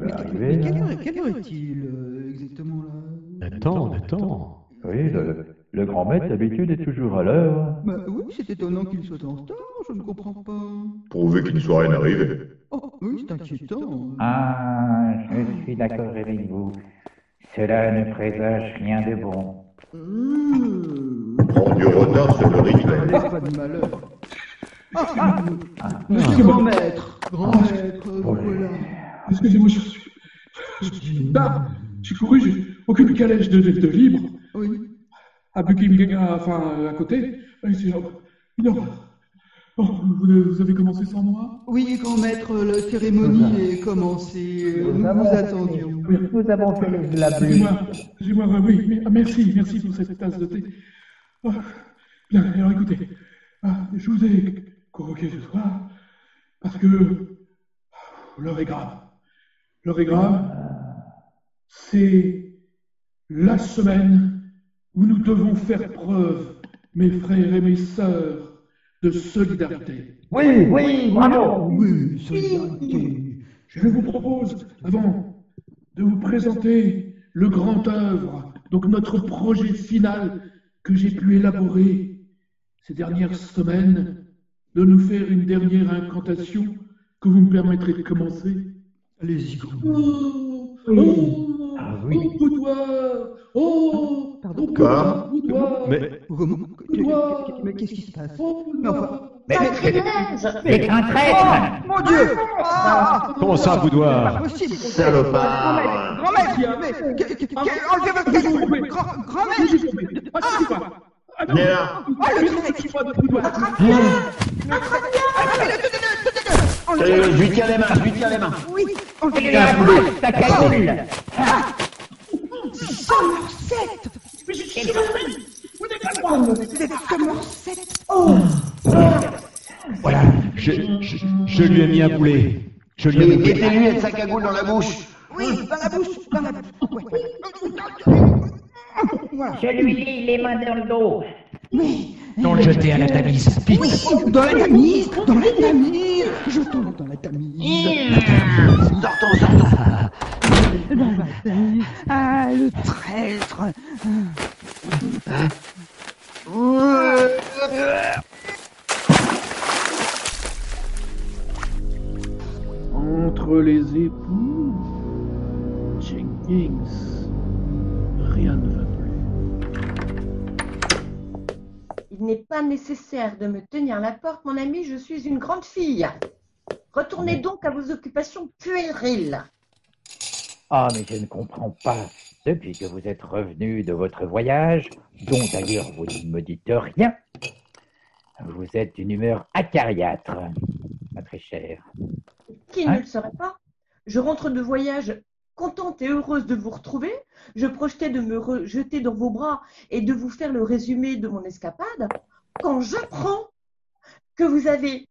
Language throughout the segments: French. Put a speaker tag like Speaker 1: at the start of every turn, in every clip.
Speaker 1: quelle heure, quelle heure est-il euh, exactement là
Speaker 2: Attends, attends.
Speaker 3: Oui, le, le grand maître d'habitude est toujours à l'heure.
Speaker 1: Bah oui, c'est étonnant qu'il soit en retard, je ne comprends pas.
Speaker 4: Prouver qu'une soirée n'est arrivée.
Speaker 1: Oh oui, c'est inquiétant.
Speaker 5: Ah, je suis d'accord avec vous. Cela ne présage rien de bon.
Speaker 1: Mmh.
Speaker 4: Prendre du retard sur le
Speaker 1: Ah,
Speaker 4: rythme.
Speaker 1: pas de malheur. Ah, ah, monsieur grand maître, grand maître, vous voilà.
Speaker 6: Excusez-moi, je suis. Je suis là. J'ai couru, j'ai aucune calèche de, de libre
Speaker 1: Oui,
Speaker 6: à Buckingham, à- enfin euh, à côté. Et c'est une horreur. Oh, vous, vous avez commencé sans moi
Speaker 1: oui, grand maître, la cérémonie est commencée. Nous vous attendions.
Speaker 5: Nous avons fait le blablu.
Speaker 6: Excusez-moi, excusez-moi, ouais, oui, mais- ah, merci, merci pour cette tasse de thé. Ah, bien, alors écoutez, ah, je vous ai convoqué ce soir parce que ah, l'heure est grave. L'heure est grave, c'est la semaine où nous devons faire preuve, mes frères et mes sœurs, de solidarité.
Speaker 5: Oui, oui, bravo.
Speaker 1: Ah. Oui, solidarité.
Speaker 6: Je vous propose, avant de vous présenter le grand œuvre, donc notre projet final que j'ai pu élaborer ces dernières semaines, de nous faire une dernière incantation que vous me permettrez de commencer.
Speaker 1: Allez-y, grand maître.
Speaker 6: Oh, oh,
Speaker 5: Ah oui.
Speaker 6: oh, boudoir, oh,
Speaker 1: Pardon.
Speaker 6: oh, boudoir, boudoir,
Speaker 2: Mais
Speaker 1: Comment
Speaker 6: Boudoir.
Speaker 1: Mais qu'est-ce qui se passe
Speaker 6: oh, boudoir.
Speaker 5: C'est un traître.
Speaker 1: Mon Dieu Ah
Speaker 2: comment ça, boudoir
Speaker 1: Impossible
Speaker 4: Salopard
Speaker 1: Grand maître Mais que- que- que- Enlevez votre
Speaker 6: Ah, vous
Speaker 1: casque
Speaker 6: pouvez.
Speaker 1: Grand grand
Speaker 6: Ah,
Speaker 1: maître
Speaker 6: j'ai tombé. Ah, je sais pas. Ah, non.
Speaker 4: Viens là
Speaker 6: Ah, mais non, je suis pas de boudoir.
Speaker 1: Ah,
Speaker 3: Salut, je lui tiens les mains, je lui tiens les mains.
Speaker 1: Oui Enlevez
Speaker 5: C'est un brou, ça cagoule.
Speaker 1: Vous êtes comme Morcette
Speaker 2: voilà, je, je- je lui ai mis un boulet. Je lui ai mis
Speaker 3: Mais
Speaker 2: un boulet.
Speaker 3: mettez-lui un sac à goule dans la bouche.
Speaker 1: Oui Dans la bouche Dans la bouche Ouais, ouais.
Speaker 5: Je lui lis les mains dans le dos.
Speaker 7: Non, le jeter à la Tamise. Vite.
Speaker 1: Oui Dans la Tamise Dans la Tamise Je tombe dans la Tamise
Speaker 8: Hmm.
Speaker 3: Sortons, sortons.
Speaker 1: Ah, le traître
Speaker 6: Entre les époux, Jenkins, rien ne va plus.
Speaker 8: Il n'est pas nécessaire de me tenir la porte, mon ami, je suis une grande fille. Retournez donc à vos occupations puériles.
Speaker 5: Ah, mais je ne comprends pas. Depuis que vous êtes revenu de votre voyage, dont d'ailleurs vous ne me dites rien, vous êtes d'une humeur acariâtre, ma très chère.
Speaker 8: Qui
Speaker 5: Hein
Speaker 8: ne le serait pas Je rentre de voyage contente et heureuse de vous retrouver. Je projetais de me rejeter dans vos bras et de vous faire le résumé de mon escapade. Quand j'apprends que vous avez.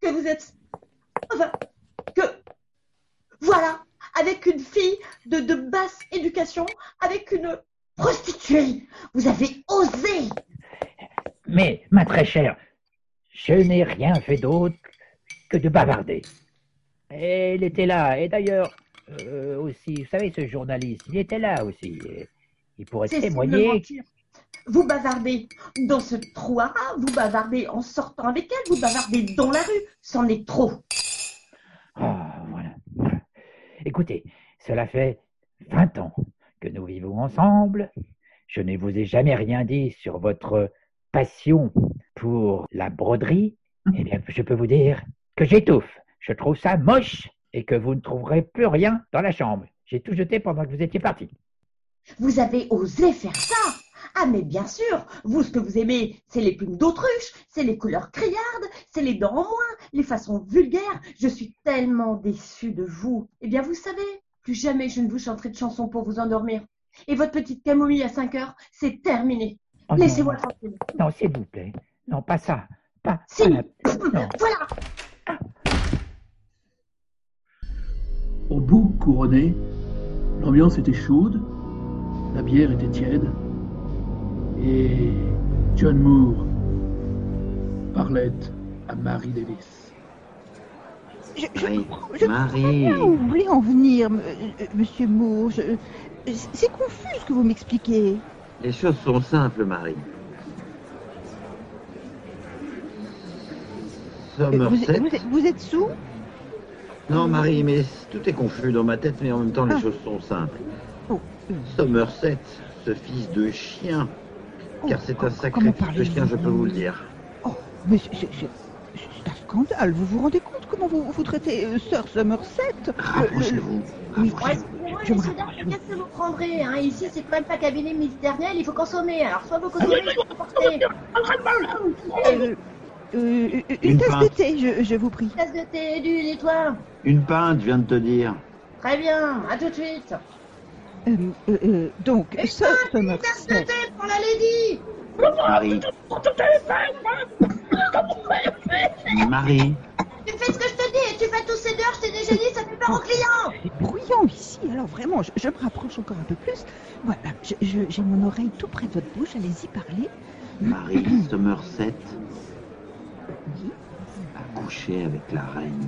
Speaker 8: que vous êtes. Enfin, que. Voilà Avec une fille de, de basse éducation, avec une prostituée Vous avez osé
Speaker 5: Mais, ma très chère, je n'ai rien fait d'autre que de bavarder. Elle était là, et d'ailleurs, euh, aussi, vous savez, ce journaliste, il était là aussi. Il pourrait
Speaker 8: C'est
Speaker 5: témoigner.
Speaker 8: simplement Vous bavardez dans ce trou à rats, vous bavardez en sortant avec elle, vous bavardez dans la rue, c'en est trop.
Speaker 5: Ah, voilà. Écoutez, cela fait 20 ans que nous vivons ensemble. Je ne vous ai jamais rien dit sur votre passion pour la broderie. Eh bien, je peux vous dire que j'étouffe. Je trouve ça moche et que vous ne trouverez plus rien dans la chambre. J'ai tout jeté pendant que vous étiez parti.
Speaker 8: Vous avez osé faire ça Ah mais bien sûr, vous ce que vous aimez, c'est les plumes d'autruche, c'est les couleurs criardes, c'est les dents en moins, les façons vulgaires. Je suis tellement déçue de vous. Eh bien vous savez, plus jamais je ne vous chanterai de chansons pour vous endormir. Et votre petite camomille à 5 heures, c'est terminé.
Speaker 5: Oh non,
Speaker 8: Laissez-moi tranquille.
Speaker 5: Non, s'il vous plaît. Non, pas ça. Pas,
Speaker 8: Si.
Speaker 5: pas la- non.
Speaker 8: Voilà,
Speaker 6: Au bout couronné, l'ambiance était chaude, la bière était tiède, et John Moore parlait à Mary Davis.
Speaker 1: Je, je,
Speaker 9: Marie,
Speaker 1: je-
Speaker 9: Marie,
Speaker 1: Là où vous voulez en venir, m- euh, monsieur Moore je- c'est- C'est confus ce que vous m'expliquez.
Speaker 9: les choses sont simples, Marie.
Speaker 1: Euh, Vous,
Speaker 9: Somerset
Speaker 1: vous êtes- vous êtes sous
Speaker 9: Non, Marie, mais c- tout est confus dans ma tête, mais en même temps, les
Speaker 1: Ah.
Speaker 9: choses sont simples.
Speaker 1: Oh.
Speaker 9: Somerset, ce fils de chien, car
Speaker 1: Oh,
Speaker 9: c'est
Speaker 1: com-
Speaker 9: un sacré
Speaker 1: comment
Speaker 9: fils de
Speaker 1: parlez-vous
Speaker 9: chien, je peux vous le dire.
Speaker 1: Oh, mais c'est- c'est c'est- c'est un scandale. Vous vous rendez compte comment vous, vous traitez euh, Sir Somerset Le- Euh, le-
Speaker 9: Rapprochez-vous.
Speaker 1: Oui,
Speaker 8: Ouais,
Speaker 1: oui.
Speaker 8: excusez-moi,
Speaker 1: Je me
Speaker 8: messieurs, dames,
Speaker 1: rappelle.
Speaker 8: qu'est-ce que vous prendrez hein Ici, c'est quand même pas cabinet ministériel, il faut consommer. Alors, soit
Speaker 1: Ah,
Speaker 8: vous consommez, soit vous portez.
Speaker 1: Euh, euh, une
Speaker 9: Une
Speaker 1: tasse de
Speaker 9: pinte.
Speaker 1: thé, je, je vous prie.
Speaker 8: Tasse de thé, du et toi
Speaker 9: Une pinte, je viens de te dire.
Speaker 8: Très bien, à tout de suite.
Speaker 1: Ah, Euh, euh, euh, donc, Sir
Speaker 8: Tasse de
Speaker 1: Somerset.
Speaker 8: thé pour la lady
Speaker 9: Marie. Marie,
Speaker 8: Tu fais ce que je te dis, tu fais tous ces deux, je t'ai déjà dit, ça fait peur aux clients
Speaker 1: C'est bruyant ici, alors vraiment, je, je me rapproche encore un peu plus. Voilà, je- je- j'ai mon oreille tout près de votre bouche, allez-y, parlez.
Speaker 9: Marie Somerset a couché avec la reine.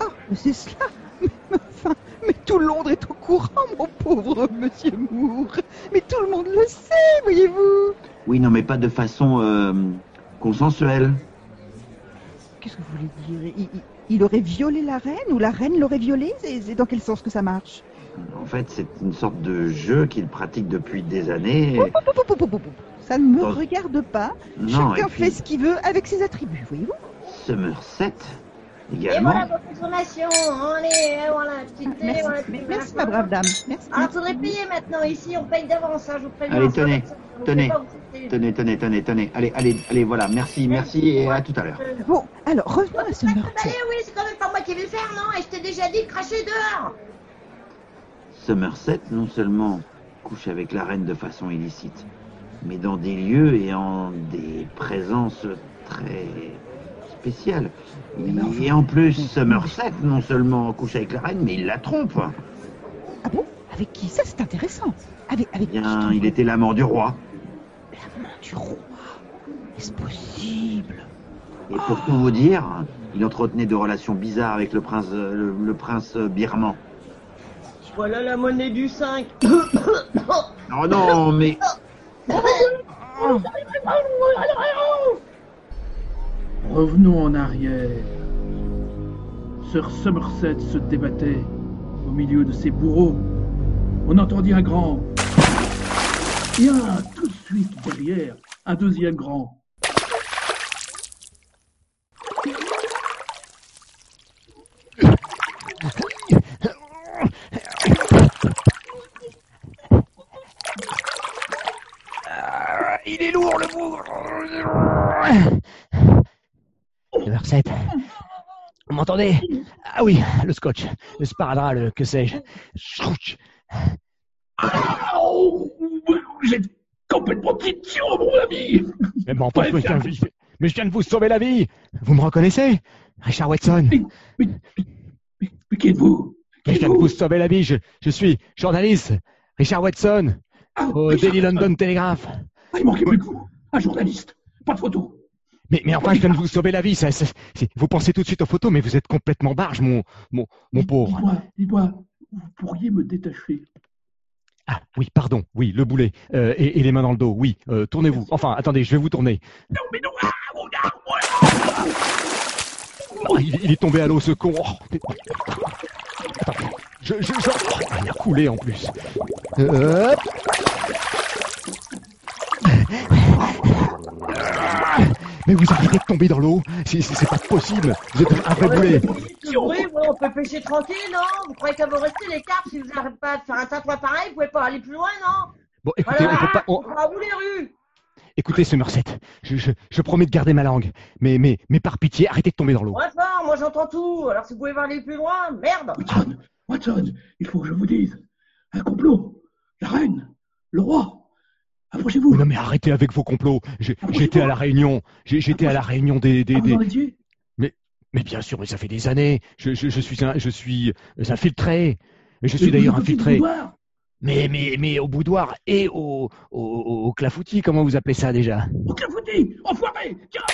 Speaker 1: Ah, mais c'est cela mais, enfin, mais tout Londres est au courant, mon pauvre monsieur Moore. Mais tout le monde le sait, voyez-vous.
Speaker 9: Oui, non, mais pas de façon euh, consensuelle.
Speaker 1: Qu'est-ce que vous voulez dire il, il- il aurait violé la reine ou la reine l'aurait violé C'est c'est dans quel sens que ça marche
Speaker 9: En fait, c'est une sorte de jeu qu'il pratique depuis des années.
Speaker 1: Pou, pou, pou, pou, pou, pou, pou. Ça ne me
Speaker 9: Dans-
Speaker 1: regarde pas.
Speaker 9: Oh. Non, et
Speaker 1: Chacun fait
Speaker 9: puis
Speaker 1: ce qu'il veut avec ses attributs, voyez-vous
Speaker 9: Somerset
Speaker 8: Et
Speaker 9: également.
Speaker 8: voilà vos consommations, allez, euh, voilà, petit thé,
Speaker 1: Merci,
Speaker 8: voilà, petit
Speaker 1: merci ma
Speaker 8: machin.
Speaker 1: brave dame. Merci.
Speaker 8: Alors, faudrait payer maintenant, ici, on paye d'avance, hein, je vous préviens.
Speaker 9: Allez, tenez,
Speaker 8: Ça, on fait
Speaker 9: tenez,
Speaker 8: pas vous citer.
Speaker 9: Tenez, tenez, tenez, tenez. Allez, allez, allez, voilà. Merci, merci et à tout à l'heure.
Speaker 8: Euh,
Speaker 1: Bon, alors revenons à ce meurtre.
Speaker 8: Allez, Eh oui, c'est quand même pas moi qui vais le faire, non Et je t'ai déjà dit de cracher dehors
Speaker 9: Somerset non seulement couche avec la reine de façon illicite, mais dans des lieux et en des présences très spéciales. Et en plus, Somerset non seulement couche avec la reine, mais il la trompe.
Speaker 1: Ah bon Avec qui Ça, c'est intéressant. Avec, avec qui
Speaker 9: Bien, il était l'amant du roi.
Speaker 1: du roi. Est-ce possible
Speaker 9: Et pour tout vous dire, il entretenait de relations bizarres avec le prince, euh, le, le prince euh, birman.
Speaker 10: Voilà la monnaie du 5.
Speaker 9: Oh non, mais
Speaker 6: Revenons en arrière. Sir Somerset se débattait au milieu de ses bourreaux. On entendit un grand. Et un, tout de suite derrière, un deuxième grand.
Speaker 11: Il est lourd le
Speaker 2: Le Merced. Vous m'entendez Ah oui, le scotch, le sparadrap, le que sais-je. Scotch.
Speaker 6: J'ai complètement pris de tir, mon ami
Speaker 2: Mais bon, pas- mais je viens, je- mais je viens de vous sauver la vie Vous me reconnaissez Richard Watson
Speaker 6: Mais qui êtes-vous
Speaker 2: Mais je viens de vous sauver la vie, je, je suis journaliste Richard Watson
Speaker 6: Ah,
Speaker 2: au
Speaker 6: Richard
Speaker 2: Daily
Speaker 6: Watson.
Speaker 2: London Telegraph.
Speaker 6: Ah, il manquait plus que vous Un journaliste Pas de photo
Speaker 2: Mais, mais enfin, je viens de vous sauver la vie. ça- ça- c'est- vous pensez tout de suite aux photos, mais vous êtes complètement barge, mon, mon, mon pauvre.
Speaker 6: Dis-moi, dis-moi, vous pourriez me détacher
Speaker 2: Ah oui, pardon, oui, le boulet. Euh, et, et les mains dans le dos, oui. euh, Tournez-vous. Enfin, attendez, je vais vous tourner.
Speaker 6: Non, mais non Ah, mon gars
Speaker 2: Oh, il, il est tombé à l'eau, ce con. Oh, mais- Attends, je, je, je... oh, il a coulé en plus. Euh. Hop. Ah, Mais vous arrêtez de tomber dans l'eau. C'est- C'est c'est pas possible. Vous êtes un vrai boulet.
Speaker 10: Oui, ouais, on peut pêcher tranquille, non Vous croyez qu'à vous rester les carpes si vous n'arrêtez pas de faire un tatouage pareil, vous pouvez pas aller plus loin, non
Speaker 2: Bon, écoutez,
Speaker 10: Voilà,
Speaker 2: on peut pas. on-
Speaker 10: on va à vous les rues.
Speaker 2: Écoutez, Somerset, je, je, je promets de garder ma langue. Mais, mais, mais par pitié, arrêtez de tomber dans l'eau.
Speaker 10: Moins fort, moi j'entends tout. Alors si vous pouvez pas aller plus loin, merde.
Speaker 6: Watson, Watson, il faut que je vous dise. Un complot. La reine, le roi. Approchez-vous.
Speaker 2: Non mais arrêtez avec vos complots. J'ai- J'étais à la réunion. J'ai- J'étais à la réunion des, des,
Speaker 6: Ah, vous
Speaker 2: des-
Speaker 6: en étiez
Speaker 2: Mais bien sûr, mais ça fait des années. Je, je, je suis un, je suis infiltré. Mais je
Speaker 6: Mais
Speaker 2: suis
Speaker 6: vous
Speaker 2: d'ailleurs
Speaker 6: êtes aussi du
Speaker 2: infiltré.
Speaker 6: boudoir.
Speaker 2: Mais, mais, mais au boudoir et au, au, au, au clafoutis, comment vous appelez ça déjà
Speaker 6: Au clafoutis, enfoiré, tiens